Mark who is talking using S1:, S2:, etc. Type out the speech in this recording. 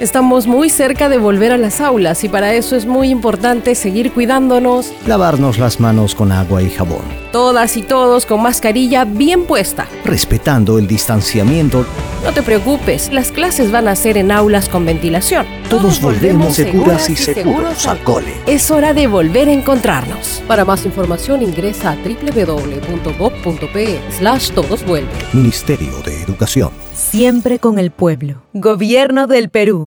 S1: Estamos muy cerca de volver a las aulas y para eso es muy importante seguir cuidándonos.
S2: Lavarnos las manos con agua y jabón.
S1: Todas y todos con mascarilla bien puesta.
S2: Respetando el distanciamiento.
S1: No te preocupes, las clases van a ser en aulas con ventilación.
S2: Todos volvemos seguras y seguros al cole.
S1: Es hora de volver a encontrarnos. Para más información ingresa a www.gov.pe slash todos vuelven.
S2: Ministerio de Educación.
S3: Siempre con el pueblo. Gobierno del Perú.